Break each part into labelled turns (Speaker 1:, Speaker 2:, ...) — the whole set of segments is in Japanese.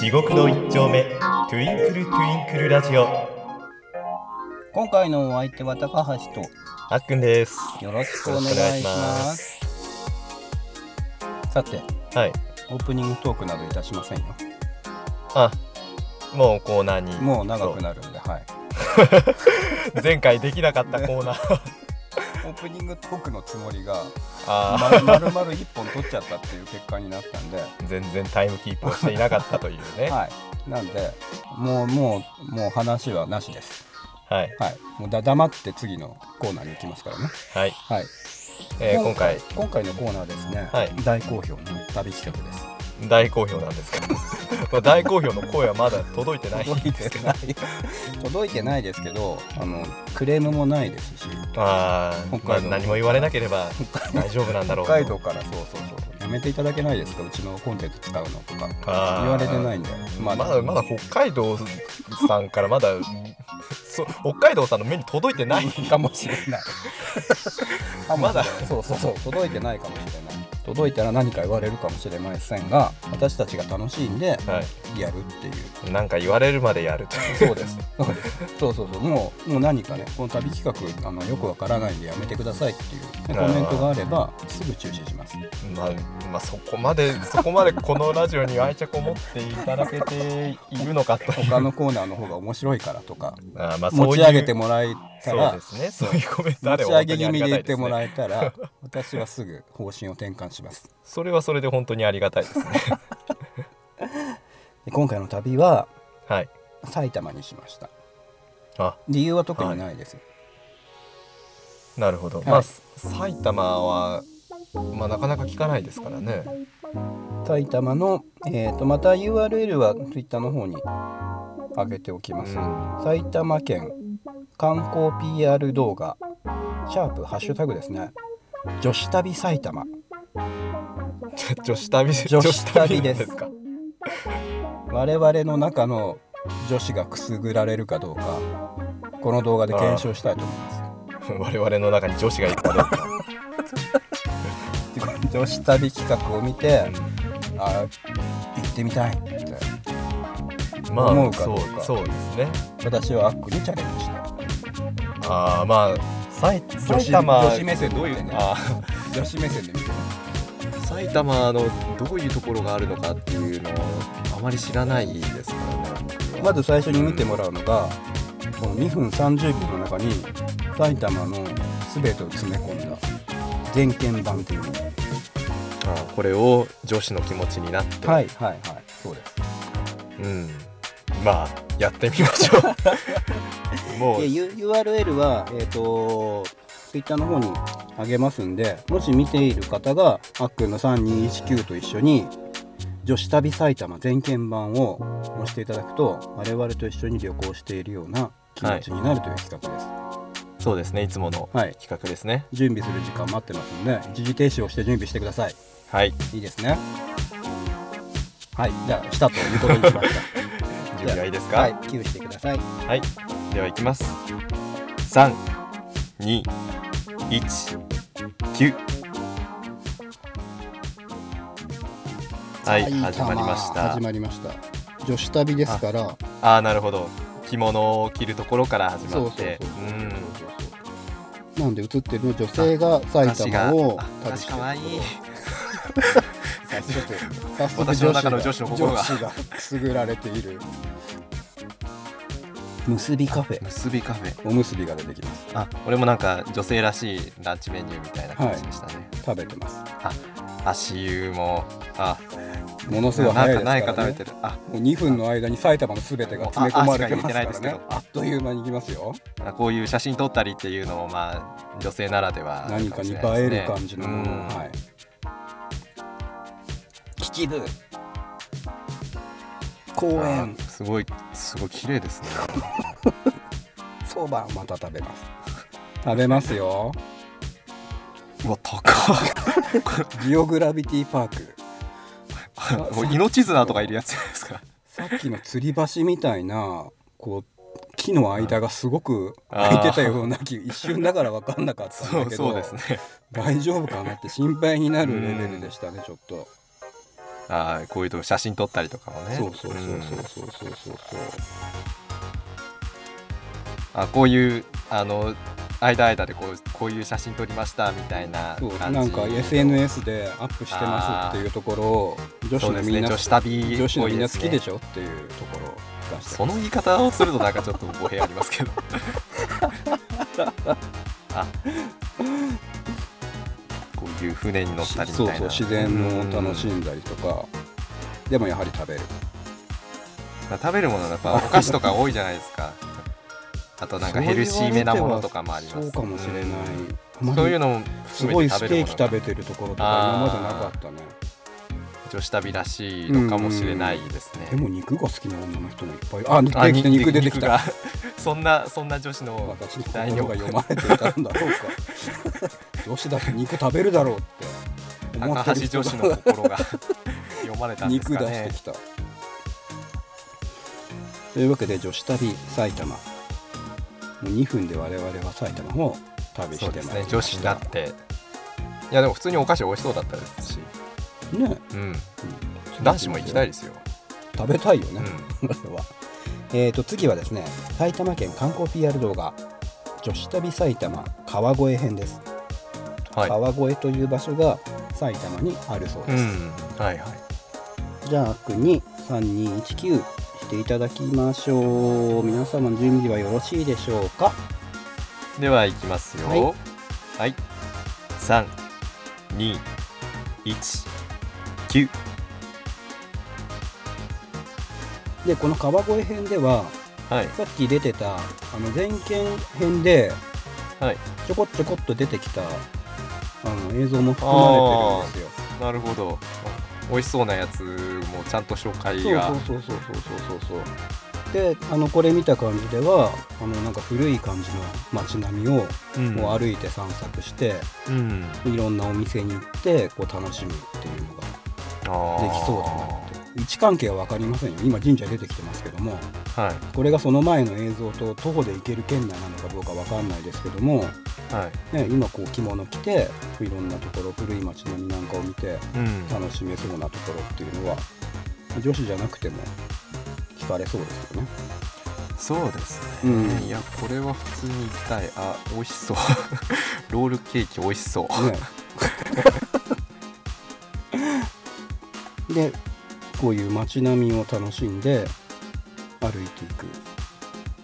Speaker 1: 地獄の一丁目トゥインクルトゥインクルラジオ
Speaker 2: 今回のお相手は高橋と
Speaker 1: あっくんです
Speaker 2: よろしくお願いしますさて
Speaker 1: はい
Speaker 2: オープニングトークなどいたしませんよ
Speaker 1: あもうコーナーに
Speaker 2: もう長くなるんではい
Speaker 1: そう前回できなかったコーナー
Speaker 2: オープニングトークのつもりが
Speaker 1: あ
Speaker 2: まるまるまる1本取っちゃったっていう結果になったんでは
Speaker 1: ー全然タイムキープをしていなかったというね
Speaker 2: いなんでもうもうもう話はなしです
Speaker 1: はい
Speaker 2: はいもうだ黙って次のコーナーに行きますからね
Speaker 1: はい、
Speaker 2: はい、
Speaker 1: えー今回
Speaker 2: 今回のコーナーですね、
Speaker 1: はい
Speaker 2: 大好評の旅企画です
Speaker 1: 大好評なんですけ どまあ大好評の声はまだ届いてない
Speaker 2: 届いてない 届いてないですけどあのクレームもないですし
Speaker 1: あー、
Speaker 2: 北
Speaker 1: まあ
Speaker 2: 海道
Speaker 1: 何も言われなければ大丈夫なんだろう
Speaker 2: 北海道からそうそうそうやめていただけないですかうちのコンテンツ使うのとか
Speaker 1: あー
Speaker 2: 言われてないんでま
Speaker 1: ま
Speaker 2: だ
Speaker 1: だまだ北海道さんからまだ そ北海道さんの目に届いてない
Speaker 2: かもしれ ないかもしれない
Speaker 1: まだ
Speaker 2: そうそうそう届いてないかもしれない届いたら何か言われるかもしれませんが私たちが楽しいんで
Speaker 1: は
Speaker 2: やるっていう
Speaker 1: いなんか言われるまでやると
Speaker 2: そう です。そうです。そうそうそう。もうもう何かね、この旅企画あのよくわからないんでやめてくださいっていうね
Speaker 1: あー
Speaker 2: コメントがあればすぐ中止します。
Speaker 1: まあ、まあ、そこまでそこまでこのラジオに愛着を持っていただけているのかという
Speaker 2: 他のコーナーの方が面白いからとか
Speaker 1: あーまあそういう
Speaker 2: 持ち上げてもらえた
Speaker 1: そう
Speaker 2: ら
Speaker 1: で。すねそういうコメント
Speaker 2: 持
Speaker 1: あ
Speaker 2: ち
Speaker 1: れば本
Speaker 2: 上
Speaker 1: 当
Speaker 2: げ
Speaker 1: に
Speaker 2: 気
Speaker 1: あり
Speaker 2: 味で
Speaker 1: がた
Speaker 2: 言っ
Speaker 1: いで
Speaker 2: て
Speaker 1: す
Speaker 2: もら
Speaker 1: ね
Speaker 2: えたら、 私はすぐ方針を転換します。
Speaker 1: それはそれで本当にありがたいですね
Speaker 2: で今回の旅は
Speaker 1: はい
Speaker 2: 埼玉にしました。
Speaker 1: あ
Speaker 2: 理由は特にないです。
Speaker 1: なるほど、
Speaker 2: い
Speaker 1: まあ埼玉はまあなかなか聞かないですからね
Speaker 2: 埼玉の、えー、とまた URL は Twitter の方に上げておきます、
Speaker 1: うん
Speaker 2: 埼玉県観光 PR 動画シャープハッシュタグですね女子旅埼玉
Speaker 1: ちょ女子旅
Speaker 2: 女子旅
Speaker 1: なん
Speaker 2: です
Speaker 1: か
Speaker 2: 我々の中の女子がくすぐられるかどうかこの動画で検証したいと思いま
Speaker 1: 我々の中に女子がいるかどうか
Speaker 2: す女子旅企画を見てあー行ってみたいって
Speaker 1: まあ
Speaker 2: 思うかどうか
Speaker 1: そうそうですね
Speaker 2: 私はアックにチャレンジした
Speaker 1: ああまあ埼
Speaker 2: 女子
Speaker 1: 埼玉
Speaker 2: 女子目線で見てね
Speaker 1: あ
Speaker 2: 女子目線で見て
Speaker 1: ー埼玉のどういうところがあるのかっていうのをあまり知らないですからね僕は
Speaker 2: まず最初に見てもらうのが、この2分30秒の中に埼玉の全てを詰め込んだ全県版っていうの
Speaker 1: あーこれを女子の気持ちになって、
Speaker 2: はいはいはいそうです
Speaker 1: うんまあやってみましょ うもう
Speaker 2: で U- URL はえっ、と Twitter の方にあげますんでもし見ている方があっくんの3219と一緒に女子旅埼玉全県版を押していただくと我々と一緒に旅行しているような気持ちになるという企画です、
Speaker 1: そうですねいつもの
Speaker 2: はい
Speaker 1: 企画ですね
Speaker 2: 準備する時間待ってますんで一時停止をして準備してください
Speaker 1: はい
Speaker 2: いいですね。はい、じゃあ、したということにしまし
Speaker 1: 準備はいいです
Speaker 2: た。
Speaker 1: か
Speaker 2: はい、寄付してください。
Speaker 1: はい、では行きます。三、二、一、九。はい、始まりました
Speaker 2: 始。まりました。女子旅ですから。
Speaker 1: ああ、なるほど。着物を着るところから始
Speaker 2: そ
Speaker 1: ま
Speaker 2: う
Speaker 1: っ
Speaker 2: そう
Speaker 1: て、
Speaker 2: そう
Speaker 1: う。
Speaker 2: そうんそうそう。なんで、映ってるの女性が埼玉を旅してる。
Speaker 1: 可愛いい。
Speaker 2: ちょっと早速
Speaker 1: 私の中の女子の心が
Speaker 2: 女子がくすぐられて いる。結びカフェ。
Speaker 1: 結びカフェ。
Speaker 2: おむすびが出てきます。
Speaker 1: あ、俺もなんか女性らしいランチメニューみたいな感じでしたね。
Speaker 2: 食べてます。
Speaker 1: 足湯も、あ、
Speaker 2: ものすごい早いですか
Speaker 1: な
Speaker 2: ら、ね。
Speaker 1: んか何か食べてる。あ、
Speaker 2: もう2分の間に埼玉のすべてが詰め込まれてますからね。
Speaker 1: あ
Speaker 2: あっという間に行きますよ。
Speaker 1: あこういう写真撮ったりっていうのもまあ女性ならでは
Speaker 2: 何かに映
Speaker 1: もしれないで
Speaker 2: え
Speaker 1: す
Speaker 2: る
Speaker 1: ね
Speaker 2: 感じのもの
Speaker 1: うん
Speaker 2: を。はい。秩父公
Speaker 1: あ
Speaker 2: 園
Speaker 1: ーすごいすごい綺麗ですね。
Speaker 2: そばまた食べます。食べますよ。
Speaker 1: うわ高
Speaker 2: ジオグラビティパーク。
Speaker 1: っ。命綱とかいるやつじゃないですか。
Speaker 2: さっきの吊り橋みたいなこう木の間がすごく空いてたような気一瞬だから分かんなかったん
Speaker 1: そ
Speaker 2: だ
Speaker 1: う
Speaker 2: け
Speaker 1: そう
Speaker 2: ど
Speaker 1: ですね
Speaker 2: 大丈夫かなって心配になるレベルでしたねちょっと。
Speaker 1: あーこういうとこ写真撮ったりとかもね
Speaker 2: そうそうそう
Speaker 1: うん
Speaker 2: そうそうそうそうそう。
Speaker 1: あこういうあの間間でこうこういう写真撮りましたみたいな
Speaker 2: そう
Speaker 1: 感じ
Speaker 2: なんか SNS でアップしてますっていうところを女子
Speaker 1: そう
Speaker 2: の
Speaker 1: です
Speaker 2: みん
Speaker 1: ね
Speaker 2: な、
Speaker 1: 女子旅
Speaker 2: 女子のみんな
Speaker 1: 多
Speaker 2: 好
Speaker 1: い
Speaker 2: き
Speaker 1: ね
Speaker 2: でしょっていうところを出して
Speaker 1: その言い方をするとなんかちょっと語弊あります けどあこういう船に乗ったりみたい
Speaker 2: そ
Speaker 1: な
Speaker 2: うそう自然を楽し
Speaker 1: うん
Speaker 2: んだりとかでもやはり食べる
Speaker 1: まあ食べるものはやっぱお菓子とか多いじゃないですかあとなんかヘルシーめなものとかもあります
Speaker 2: そうかもしれない、
Speaker 1: うん
Speaker 2: あまり
Speaker 1: そういうのも
Speaker 2: す
Speaker 1: 含
Speaker 2: ご
Speaker 1: め
Speaker 2: い
Speaker 1: て食
Speaker 2: ス
Speaker 1: べ
Speaker 2: テ
Speaker 1: るも
Speaker 2: ーキ
Speaker 1: の
Speaker 2: 食
Speaker 1: が
Speaker 2: べてるところとか今までなかったね
Speaker 1: 女子旅らしいのかもしれないですね
Speaker 2: でも肉が好きな女の人もいっぱいあ出
Speaker 1: あ
Speaker 2: てきた肉出てき
Speaker 1: が
Speaker 2: た
Speaker 1: そんなそんな女子の
Speaker 2: 私の心が読まれていたんだろう か女子だって肉食べるだろうって思っ
Speaker 1: 高
Speaker 2: て
Speaker 1: 橋
Speaker 2: る人
Speaker 1: 女子
Speaker 2: が
Speaker 1: の心 が読まれたんです
Speaker 2: 肉
Speaker 1: か
Speaker 2: 出し
Speaker 1: ね
Speaker 2: てきた。というわけで女子旅埼玉もう2分で我々は埼玉を旅して
Speaker 1: そう
Speaker 2: まい
Speaker 1: で
Speaker 2: り
Speaker 1: す
Speaker 2: ま
Speaker 1: ね
Speaker 2: した
Speaker 1: 女子だっていやでも普通にお菓子美味しそうだったですし、
Speaker 2: ね
Speaker 1: うん、男子も行きたい
Speaker 2: で
Speaker 1: ですよ、
Speaker 2: す食べたいよ
Speaker 1: う
Speaker 2: ね、
Speaker 1: ん、
Speaker 2: これはえー、と次はですね埼玉県観光 PR 動画女子旅埼玉川越編です、
Speaker 1: はい、
Speaker 2: 川越という場所が埼玉にあるそう
Speaker 1: う
Speaker 2: です、
Speaker 1: ん、はいはい
Speaker 2: じゃあくに3219していただきましょう皆様の準備はよろしいでしょうか
Speaker 1: では行きますよ
Speaker 2: はい
Speaker 1: はい、三二一九
Speaker 2: でこの川越編では
Speaker 1: はい
Speaker 2: さっき出てたあの前編編で
Speaker 1: はい
Speaker 2: ちょこちょこっと出てきたあの映像も含まれてるんですよ
Speaker 1: なるほど美味しそうなやつもちゃんと紹介が
Speaker 2: そうそうそうそうそうそうそうであのこれ見た感じではあのなんか古い感じの街並みを
Speaker 1: うん
Speaker 2: もう歩いて散策して、
Speaker 1: うん
Speaker 2: いろんなお店に行ってこう楽しむっていうのが
Speaker 1: あー
Speaker 2: できそうだなって位置関係は分かりませんよ今神社出てきてますけども
Speaker 1: はい
Speaker 2: これがその前の映像と徒歩で行ける圏内なのかどうか分かんないですけども、
Speaker 1: はい
Speaker 2: ね、今こう着物着ていろんなところ古い町並みなんかを見て
Speaker 1: うん
Speaker 2: 楽しめそうなところっていうのは女子じゃなくても聞かれそうですよね
Speaker 1: そうです
Speaker 2: う
Speaker 1: ね、
Speaker 2: ん
Speaker 1: いやこれは普通に行きたいあ美味しそう ロールケーキ美味しそう
Speaker 2: ねでこういう街並みを楽しんで歩いていく、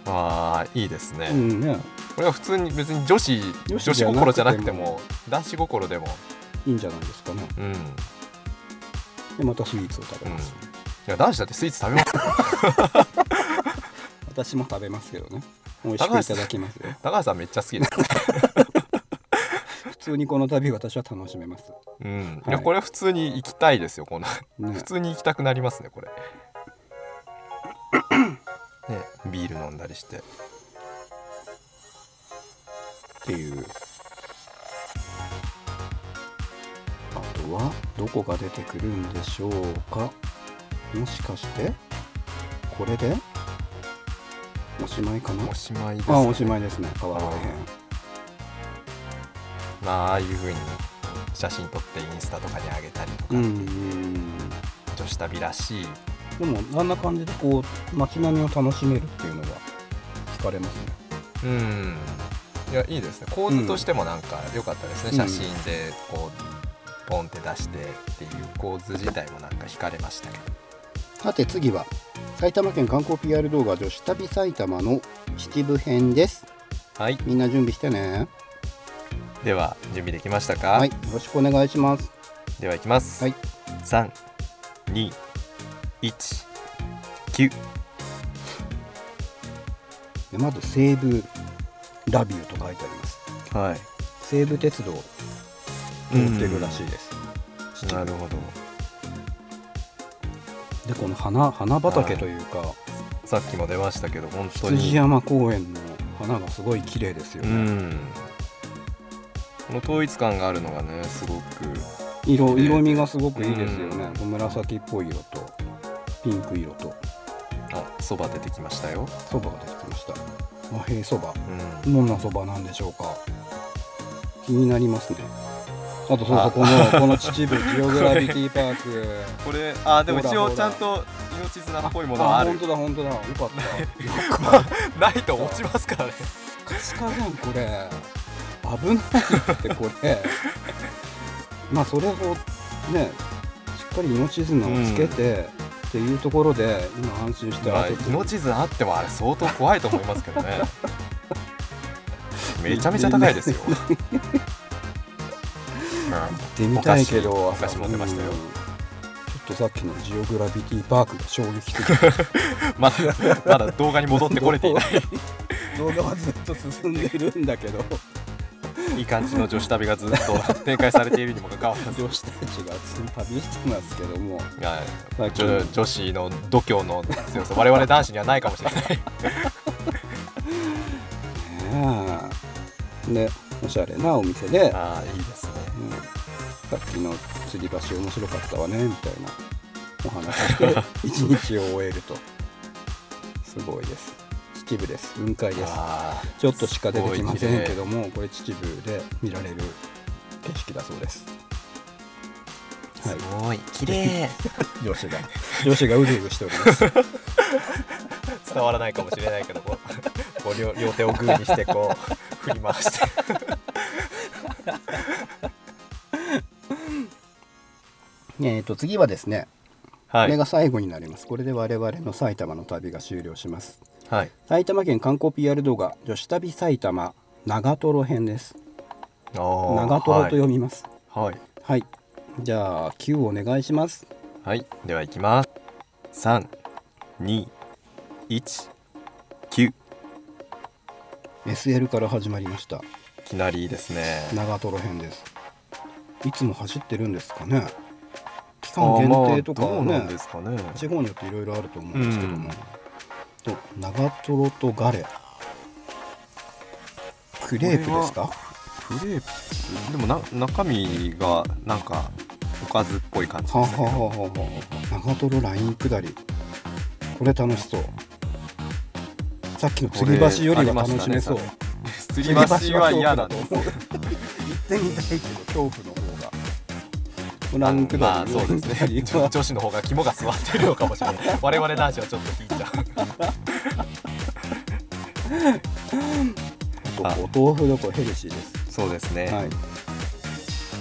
Speaker 1: あーいいですね、
Speaker 2: うんね、
Speaker 1: これは普通に別に女子
Speaker 2: 女
Speaker 1: 女
Speaker 2: 子
Speaker 1: 子
Speaker 2: じゃなくて
Speaker 1: 心
Speaker 2: も
Speaker 1: じゃなくても男子心でも
Speaker 2: いいんじゃないですかね
Speaker 1: うん、うん、い
Speaker 2: でまたスイーツを食べます、
Speaker 1: や男子だってスイーツ食べます
Speaker 2: 私も食べますけどね美味しくいただきますよ
Speaker 1: 高橋さんめっちゃ好きです、
Speaker 2: 普通にこの旅私は楽しめます、
Speaker 1: うん、い
Speaker 2: は
Speaker 1: や
Speaker 2: い
Speaker 1: これは普通に行きたいですよこの
Speaker 2: ね
Speaker 1: 普通に行きたくなりますね これねビール飲んだりして
Speaker 2: っていうあとはどこが出てくるんでしょうかもしかしてこれでおしまいかな
Speaker 1: おしまいです、ね、
Speaker 2: あおしまいですね川越編
Speaker 1: まあああいう風に写真撮ってインスタとかに上げたりとか、
Speaker 2: うんうん
Speaker 1: 女子旅らしい
Speaker 2: でもあんな感じでこう街並みを楽しめるっていうのが惹かれますね
Speaker 1: うんいやいいですね構図としてもなんか良かったですね、
Speaker 2: うん
Speaker 1: 写真でこうポンって出してっていう構図自体もなんか惹かれましたけど
Speaker 2: さて次は埼玉県観光 PR 動画女子旅埼玉の秩父編です
Speaker 1: はい
Speaker 2: みんな準備してね
Speaker 1: では準備できましたか、
Speaker 2: はいよろしくお願いします
Speaker 1: ではいきます、
Speaker 2: はい
Speaker 1: 三二一九
Speaker 2: でまず西武ラビューと書いてあります
Speaker 1: はい
Speaker 2: 西武鉄道通ってるらしいです、
Speaker 1: なるほど
Speaker 2: でこの花花畑というか、
Speaker 1: さっきも出ましたけど本当に
Speaker 2: 羊山公園の花がすごい綺麗ですよ
Speaker 1: う
Speaker 2: ね、
Speaker 1: んこの統一感があるのがねすごく
Speaker 2: 色
Speaker 1: 綺麗
Speaker 2: 色味がすごくいいですよね
Speaker 1: う、ん
Speaker 2: こう紫っぽい色とピンク色と
Speaker 1: あそば出てきましたよ
Speaker 2: そばが出てきました和平そば
Speaker 1: うん
Speaker 2: どんなそばなんでしょうか気になりますねあとそうそ
Speaker 1: あ
Speaker 2: うこのこの秩父ジオグラビティパーク
Speaker 1: これあでも
Speaker 2: ほら
Speaker 1: 一
Speaker 2: ほ
Speaker 1: 応
Speaker 2: ら
Speaker 1: ちゃんと命綱っぽいものはある
Speaker 2: 本当だ本当だよかったよかっ
Speaker 1: ないと落ちますからね
Speaker 2: たカツカじゃんこれ危ないってこれまあそれをねしっかり命綱をつけて、っていうところで今安心して
Speaker 1: まあ
Speaker 2: 後で
Speaker 1: 命綱あってもあれ相当怖いと思いますけどねめちゃめちゃ高い ですよ、
Speaker 2: 行ってみたいけど
Speaker 1: お菓子お菓子も出ましたよ
Speaker 2: うんちょっとさっきのジオグラビティパークが衝撃的
Speaker 1: うんまだまだ動画に戻ってこれていない
Speaker 2: 動画はずっと進んでるんだけど
Speaker 1: いい感じの女子旅がずっと展開されているにもかかわら ず
Speaker 2: 女子たちが旅してますけども
Speaker 1: はい
Speaker 2: はい
Speaker 1: 女女子の度胸の強さ我々男子にはないかもしれない
Speaker 2: ねえでおしゃれなお店で、
Speaker 1: ああいいですね
Speaker 2: うんさっきの吊り橋面白かったわねみたいなお話で 一日を終えるとすごいです秩父です雲海です
Speaker 1: あ
Speaker 2: ちょっとしか出てきませんけども、これ秩父で見られる景色だそう です。
Speaker 1: あ
Speaker 2: はい、
Speaker 1: ごい綺麗
Speaker 2: 女子が女子がうずうずしており ます。
Speaker 1: 伝わらないかもしれないけどこう こう両両手をグーにしてこう 振り回して
Speaker 2: えっと次はですね、
Speaker 1: は
Speaker 2: これが最後になります。これで我々の埼玉の旅が終了します。
Speaker 1: はい
Speaker 2: 埼玉県観光 PR 動画女子旅埼玉長瀞編です。長
Speaker 1: 長
Speaker 2: 瀞と読みます。
Speaker 1: はい
Speaker 2: はい。じゃあ Q お願いします。
Speaker 1: はい、では行きます。三、二、一、九。い
Speaker 2: SL から始まりました。
Speaker 1: きなりいいですね。
Speaker 2: 長瀞編ですいつも走ってるんですかね期間限定とか
Speaker 1: あーまあど
Speaker 2: は
Speaker 1: う
Speaker 2: ね
Speaker 1: なんですかね。
Speaker 2: 地方によっていろいろあると思うんですけども、
Speaker 1: うん
Speaker 2: と長瀞とガレクレープですか
Speaker 1: クレープでもな中身がなんかおかずっぽい感じ
Speaker 2: はあ
Speaker 1: で
Speaker 2: は
Speaker 1: す
Speaker 2: あは
Speaker 1: ね。
Speaker 2: あはあ長瀞ライン下りこれ楽しそうさっきの吊り橋よりは楽しめそう、
Speaker 1: これあすり橋は嫌だと。
Speaker 2: 行ってみたいけど恐怖の方がご覧く
Speaker 1: ま
Speaker 2: だ
Speaker 1: あそうですね。女女子の方が肝が座ってるのかもしれない。我々男子はちょっと引いちゃう。
Speaker 2: あとお豆腐どころヘルシーです。
Speaker 1: そうですね
Speaker 2: はい、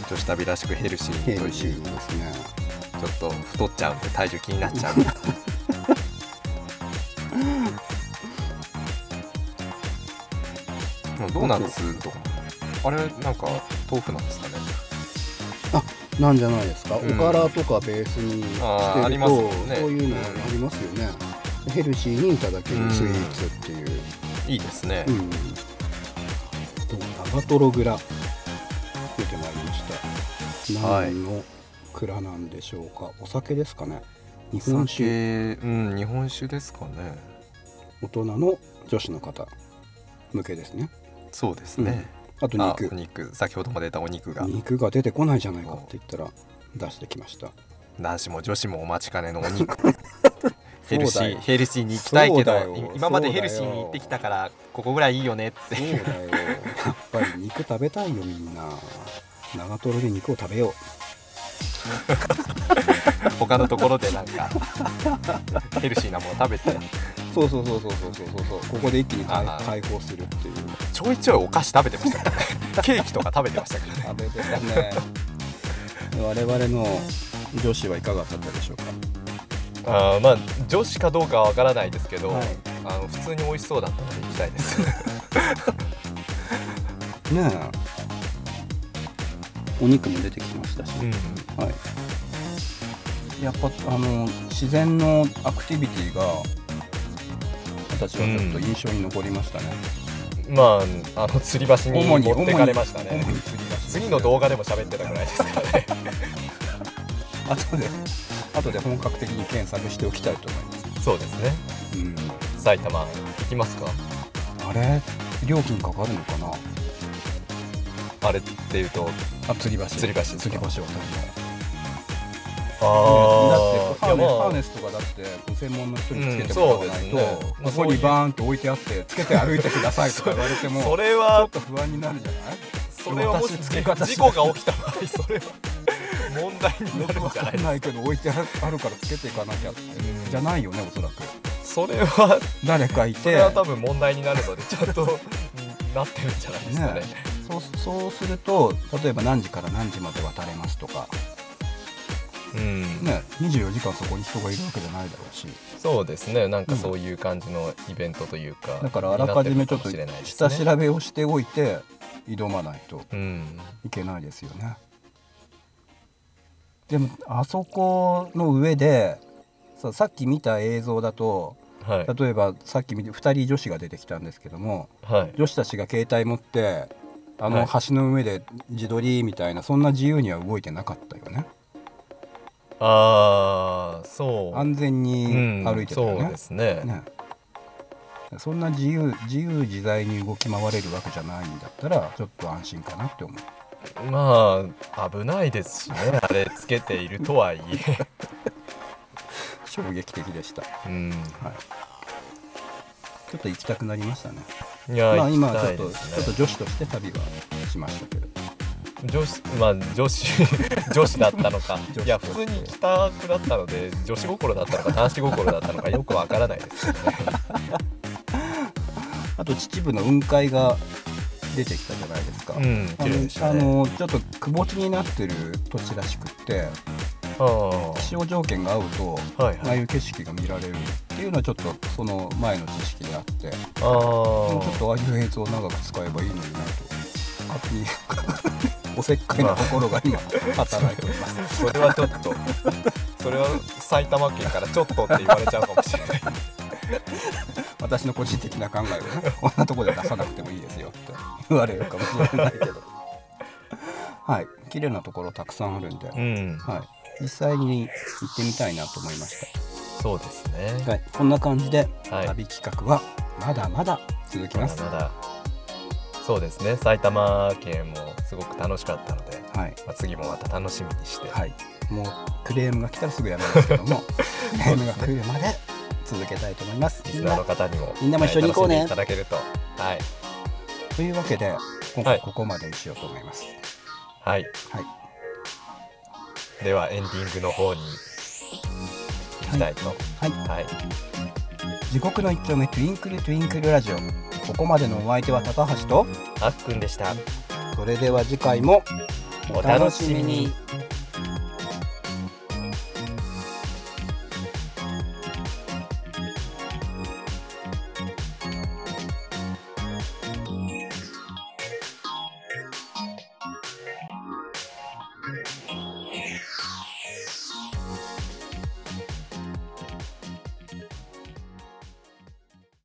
Speaker 1: 女子旅らしくヘルシー
Speaker 2: ヘルシーですね。
Speaker 1: ちょっと太っちゃうんで体重気になっち ゃう。もうドーナツとかあれなんか豆腐なんですかね。
Speaker 2: なんじゃないですか。
Speaker 1: うん
Speaker 2: おからとかベースに
Speaker 1: あー
Speaker 2: し
Speaker 1: あ
Speaker 2: て
Speaker 1: り
Speaker 2: る
Speaker 1: ますも
Speaker 2: と、
Speaker 1: んね
Speaker 2: そういうのありますよね。ヘルシーにいただけるスイーツっていう。
Speaker 1: いいですね
Speaker 2: う。ん。と長トロ蔵出てまいりました。
Speaker 1: はい
Speaker 2: 何の蔵なんでしょうか。お酒ですかね。日
Speaker 1: お
Speaker 2: 本酒。
Speaker 1: 酒うん日本酒ですかね。
Speaker 2: 大人の女子の方向けですね。
Speaker 1: そうですね。
Speaker 2: あと
Speaker 1: あ
Speaker 2: 肉
Speaker 1: お。肉先ほども出たお肉が
Speaker 2: 肉が出てこないじゃないかって言ったら出してきました。
Speaker 1: 男子も女子もお待ちかねのお 肉。ヘルシ
Speaker 2: そうだ
Speaker 1: ー
Speaker 2: よ
Speaker 1: ヘルシーに行きたいけ
Speaker 2: そうだよ
Speaker 1: どい今まで
Speaker 2: そうだ
Speaker 1: ヘ
Speaker 2: よ
Speaker 1: ルシーに行ってきたからここぐらいいいよねって
Speaker 2: そうだ
Speaker 1: いう
Speaker 2: よ。やっぱり肉食べたいよみんな。長瀞で肉を食べよ
Speaker 1: 他のところでなんかヘルシーなもの食べて
Speaker 2: う。そうそうそうそうそうそうそう。ここで一気に解
Speaker 1: あー
Speaker 2: 解放するっていう。
Speaker 1: ちょいちょいお菓子食べてましたからね ケーキとか食べてましたからね
Speaker 2: 食べてたね。我々の女子はいかがだったでしょうか。
Speaker 1: あーまあ女子かどうかはわからないですけど、
Speaker 2: はい
Speaker 1: あの普通に美味しそうだったので行きたいです
Speaker 2: ねえ。お肉も出てきましたし。はい。やっぱあの自然のアクティビティが私はちょっと印象に残りましたね。
Speaker 1: まああの吊り橋に
Speaker 2: 主に
Speaker 1: 持ってかれましたね
Speaker 2: 主に釣りました
Speaker 1: 次の動画でも喋ってたぐらいですからね
Speaker 2: 後で後で本格的に検索しておきたいと思います、
Speaker 1: そうですね
Speaker 2: うん、
Speaker 1: 埼玉行きますか
Speaker 2: あれ料金かかるのかな
Speaker 1: あれっていうと
Speaker 2: あ釣り橋
Speaker 1: 吊り橋
Speaker 2: 釣り橋渡るだってハー
Speaker 1: い
Speaker 2: ネ
Speaker 1: やまあ
Speaker 2: ハーネスとかだってこう専門の人につけて
Speaker 1: うん
Speaker 2: もらわない
Speaker 1: そうです
Speaker 2: と、
Speaker 1: ねまあ
Speaker 2: ここ
Speaker 1: そう
Speaker 2: に
Speaker 1: いう
Speaker 2: バーンって置いてあってつけて歩いてくださいとか言われても
Speaker 1: それ
Speaker 2: ちょ
Speaker 1: は
Speaker 2: っと不安になるじゃない
Speaker 1: それはもし
Speaker 2: 私
Speaker 1: 事故が起きた場合それは問題になるん
Speaker 2: わ
Speaker 1: じゃな
Speaker 2: か
Speaker 1: い
Speaker 2: んないけど置いてあるからつけていかなきゃって、
Speaker 1: うん
Speaker 2: じゃないよねおそらく
Speaker 1: それは
Speaker 2: 誰かい
Speaker 1: そ
Speaker 2: て
Speaker 1: れは多分問題になるのでちゃんとうんなってるんじゃないですかね
Speaker 2: ねそうそうすると例えば何時から何時まで渡れますとか、
Speaker 1: うん
Speaker 2: ね、24時間そこに人がいるわけじゃないだろうし
Speaker 1: そうですねなんかそういう感じのイベントというか、
Speaker 2: だからあらかじめちょっと
Speaker 1: になてるかもしれ
Speaker 2: 下
Speaker 1: ないですね
Speaker 2: 調べをしておいて挑まないと
Speaker 1: うん
Speaker 2: いけないですよね。でもあそこの上でささっき見た映像だと
Speaker 1: はい
Speaker 2: 例えばさっき見て2人女子が出てきたんですけども
Speaker 1: はい
Speaker 2: 女子たちが携帯持ってあ
Speaker 1: は
Speaker 2: の
Speaker 1: い
Speaker 2: 橋の上で自撮りみたいなそんな自由には動いてなかったよね。
Speaker 1: ああそう
Speaker 2: 安全に歩いてたよ
Speaker 1: うん、そう
Speaker 2: ね
Speaker 1: で,、すね
Speaker 2: ねそんな自由自由自在に動き回れるわけじゃないんだったらちょっと安心かなって思う
Speaker 1: まあ危ないですしねあれつけているとはいえ
Speaker 2: 衝撃的でした、は
Speaker 1: うん
Speaker 2: い、ちょっと行きたくなりましたね
Speaker 1: いや、
Speaker 2: まあ
Speaker 1: 行
Speaker 2: 今
Speaker 1: き
Speaker 2: ちょ
Speaker 1: た
Speaker 2: っ
Speaker 1: い
Speaker 2: と、
Speaker 1: ですね
Speaker 2: ちょっと女子として旅はしましたけど
Speaker 1: 女子まあ女子 女子だったのか
Speaker 2: 女子として
Speaker 1: いや普通に北区だったので女子心だったのか男子心だったのかよくわからないですよね
Speaker 2: あと秩父の雲海が出てきたじゃないですか、
Speaker 1: うん
Speaker 2: あ
Speaker 1: 綺麗でし
Speaker 2: の
Speaker 1: た
Speaker 2: あ
Speaker 1: ね
Speaker 2: のちょっと窪地になってる土地らしくって
Speaker 1: ああ
Speaker 2: 気象条件が合うと
Speaker 1: はい
Speaker 2: ああ
Speaker 1: はい
Speaker 2: いう景色が見られるっていうのはちょっとその前の知識であって
Speaker 1: ああ
Speaker 2: もうちょっとああいう映像を長く使えばいいのになと勝手に おせっかいな心が 今働いております
Speaker 1: それはちょっとそれは埼玉県からちょっとって言われちゃうかもしれない
Speaker 2: 私の個人的な考えをね こんなとこで出さなくてもいいですよって 言われるかもしれないけど はい綺麗なところたくさんあるんで、は
Speaker 1: う
Speaker 2: い、
Speaker 1: ん
Speaker 2: 実際に行ってみたいなと思いまし
Speaker 1: そうですね
Speaker 2: た、はい、こんな感じで
Speaker 1: はい
Speaker 2: 旅企画はまだまだ続き
Speaker 1: ま
Speaker 2: ま
Speaker 1: だ
Speaker 2: す、
Speaker 1: まだそうですね埼玉県もすごく楽しかったので、
Speaker 2: はい
Speaker 1: まあ、次もまた楽しみにして、
Speaker 2: はい、もうクレームが来たらすぐやめますけど もクレームが来るまで続けたいと思います。
Speaker 1: リスナーの方にも
Speaker 2: みんなも一緒に行こうね
Speaker 1: はい楽しんでいただけるとはい
Speaker 2: というわけで今回
Speaker 1: はい
Speaker 2: ここまでにしようと思います。
Speaker 1: はい
Speaker 2: はい、
Speaker 1: ではエンディングの方に行きたいと
Speaker 2: はい
Speaker 1: はい、
Speaker 2: 地獄の一丁目トゥインクルトゥインクルラジオここまでのお相手は高橋と
Speaker 1: あっくんでした
Speaker 2: それでは次回も
Speaker 1: お楽しみに